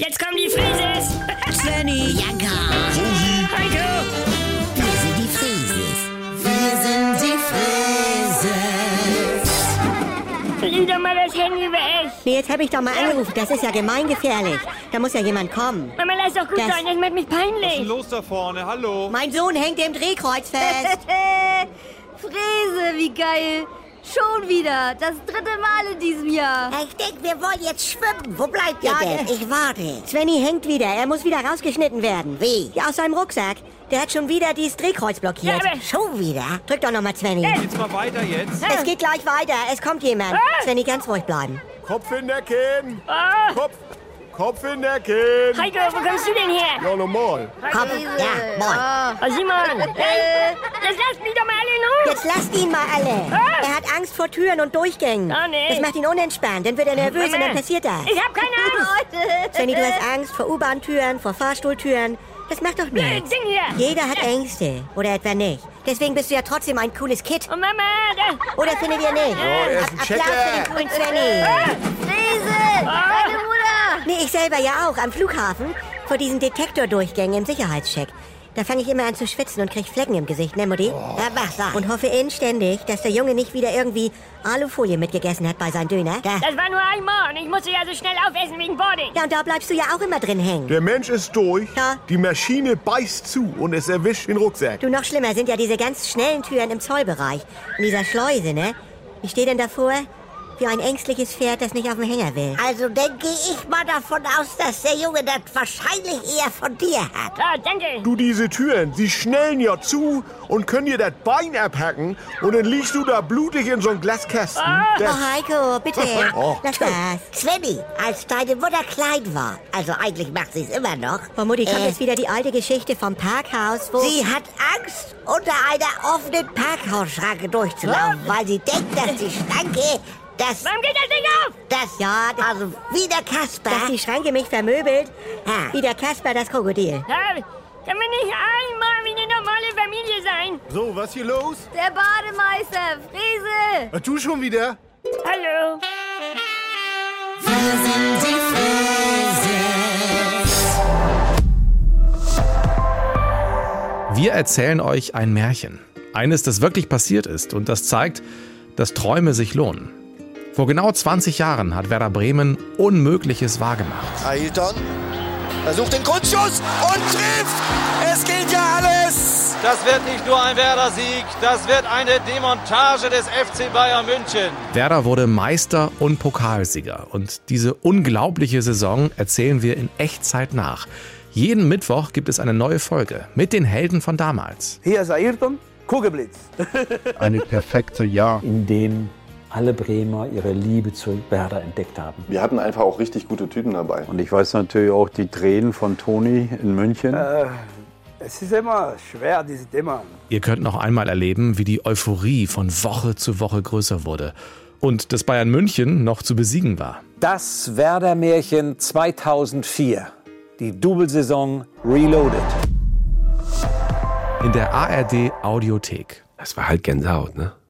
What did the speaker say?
Jetzt kommen die Frieses! Svenny, Jagger, Heiko! wir sind die Frieses. Wir sind die Frieses. Nimm doch mal das Handy weg! nee, jetzt habe ich doch mal angerufen. Das ist ja gemeingefährlich. Da muss ja jemand kommen. Mama, lass doch gut Das- sein, das macht mich peinlich! los da vorne? Hallo? Mein Sohn hängt im Drehkreuz fest. Fräse, wie geil. Schon wieder. Das dritte Mal in diesem Jahr. Ich denke, wir wollen jetzt schwimmen. Wo bleibt ihr Ja, denn? äh, Ich warte. Svenny hängt wieder. Er muss wieder rausgeschnitten werden. Wie? Ja, aus seinem Rucksack. Der hat schon wieder dieses Drehkreuz blockiert. Ja, aber- Schon wieder? Drück doch nochmal, Svenny. Jetzt mal weiter jetzt. Es geht gleich weiter. Es kommt jemand. Svenny, ganz ruhig bleiben. Kopf in der Kinn! Oh, Kopf! Kopf in der Kinn! Heiko, wo kommst du denn her? Ja, normal. Komm, ja, moin. Oh, Simon! Hey, das lasst mich doch mal alle in Ruhe! Jetzt lasst ihn mal alle. Ah. Er hat Angst vor Türen und Durchgängen. Ah, nee. Das macht ihn unentspannt. Dann wird er nervös und Mama, dann passiert das. Ich hab keine Angst! Svenny, du hast Angst vor U-Bahn-Türen, vor Fahrstuhltüren. Das macht doch Äh, nichts. Ding hier! Jeder hat Ängste. Oder etwa nicht. Deswegen bist du ja trotzdem ein cooles Kid. Und Mama, da... Oder findet ihr nicht? er ist ein Applaus Checker. für den coolen Äh. Svenny. Fräse, deine Mutter. Nee, ich selber ja auch. Am Flughafen. Vor diesen Detektordurchgängen im Sicherheitscheck. Da fange ich immer an zu schwitzen und krieg Flecken im Gesicht, ne, Mutti? Ja, mach das. Und hoffe inständig, dass der Junge nicht wieder irgendwie Alufolie mitgegessen hat bei seinem Döner. Da. Das war nur einmal und ich musste ja so schnell aufessen wegen Boarding. Ja, und da bleibst du ja auch immer drin hängen. Der Mensch ist durch, Ja. die Maschine beißt zu und es erwischt den Rucksack. Du, noch schlimmer sind ja diese ganz schnellen Türen im Zollbereich. In dieser Schleuse, ne? Ich stehe denn davor wie ein ängstliches Pferd, das nicht auf den Hänger will. Also denke ich mal davon aus, dass der Junge das wahrscheinlich eher von dir hat. Ah, danke. Du, diese Türen, sie schnellen ja zu und können dir das Bein abhacken und dann liegst du da blutig in so einem Glaskasten. Oh, Das, Heiko, bitte. Oh. Lass das. Svenny, als deine Mutter klein war, also eigentlich macht sie es immer noch. Oh, Mutti, kommt äh, jetzt wieder die alte Geschichte vom Parkhaus, wo... Sie hat Angst, unter einer offenen Parkhausschranke durchzulaufen, weil sie denkt, dass die Schranke, dass Warum geht das Ding auf? das Ja, d- also wie der Kasper. dass die Schranke mich vermöbelt, Ah. wie der Kasper das Krokodil. Ah, Können wir nicht einmal wie eine normale Familie sein? So, was hier los? Der Bademeister. Fräse. Äh, Du schon wieder? Hallo? Wir erzählen euch ein Märchen. Eines, das wirklich passiert ist und das zeigt, dass Träume sich lohnen. Vor genau 20 Jahren hat Werder Bremen Unmögliches wahrgemacht. Ailton versucht den Grundschuss und trifft. Es gilt ja alles. Das wird nicht nur ein Werder-Sieg, das wird eine Demontage des FC Bayern München. Werder wurde Meister und Pokalsieger. Und diese unglaubliche Saison erzählen wir in Echtzeit nach. Jeden Mittwoch gibt es eine neue Folge mit den Helden von damals. Hier ist Ayrton, Kugelblitz. Eine perfekte Jahr. in dem alle Bremer ihre Liebe zu Werder entdeckt haben. Wir hatten einfach auch richtig gute Typen dabei. Und ich weiß natürlich auch die Tränen von Toni in München. Es ist immer schwer, dieses Thema. Ihr könnt noch einmal erleben, wie die Euphorie von Woche zu Woche größer wurde und dass Bayern München noch zu besiegen war. Das Werder-Märchen 2004. Die Doublesaison Reloaded. In der ARD Audiothek. Das war halt Gänsehaut, ne?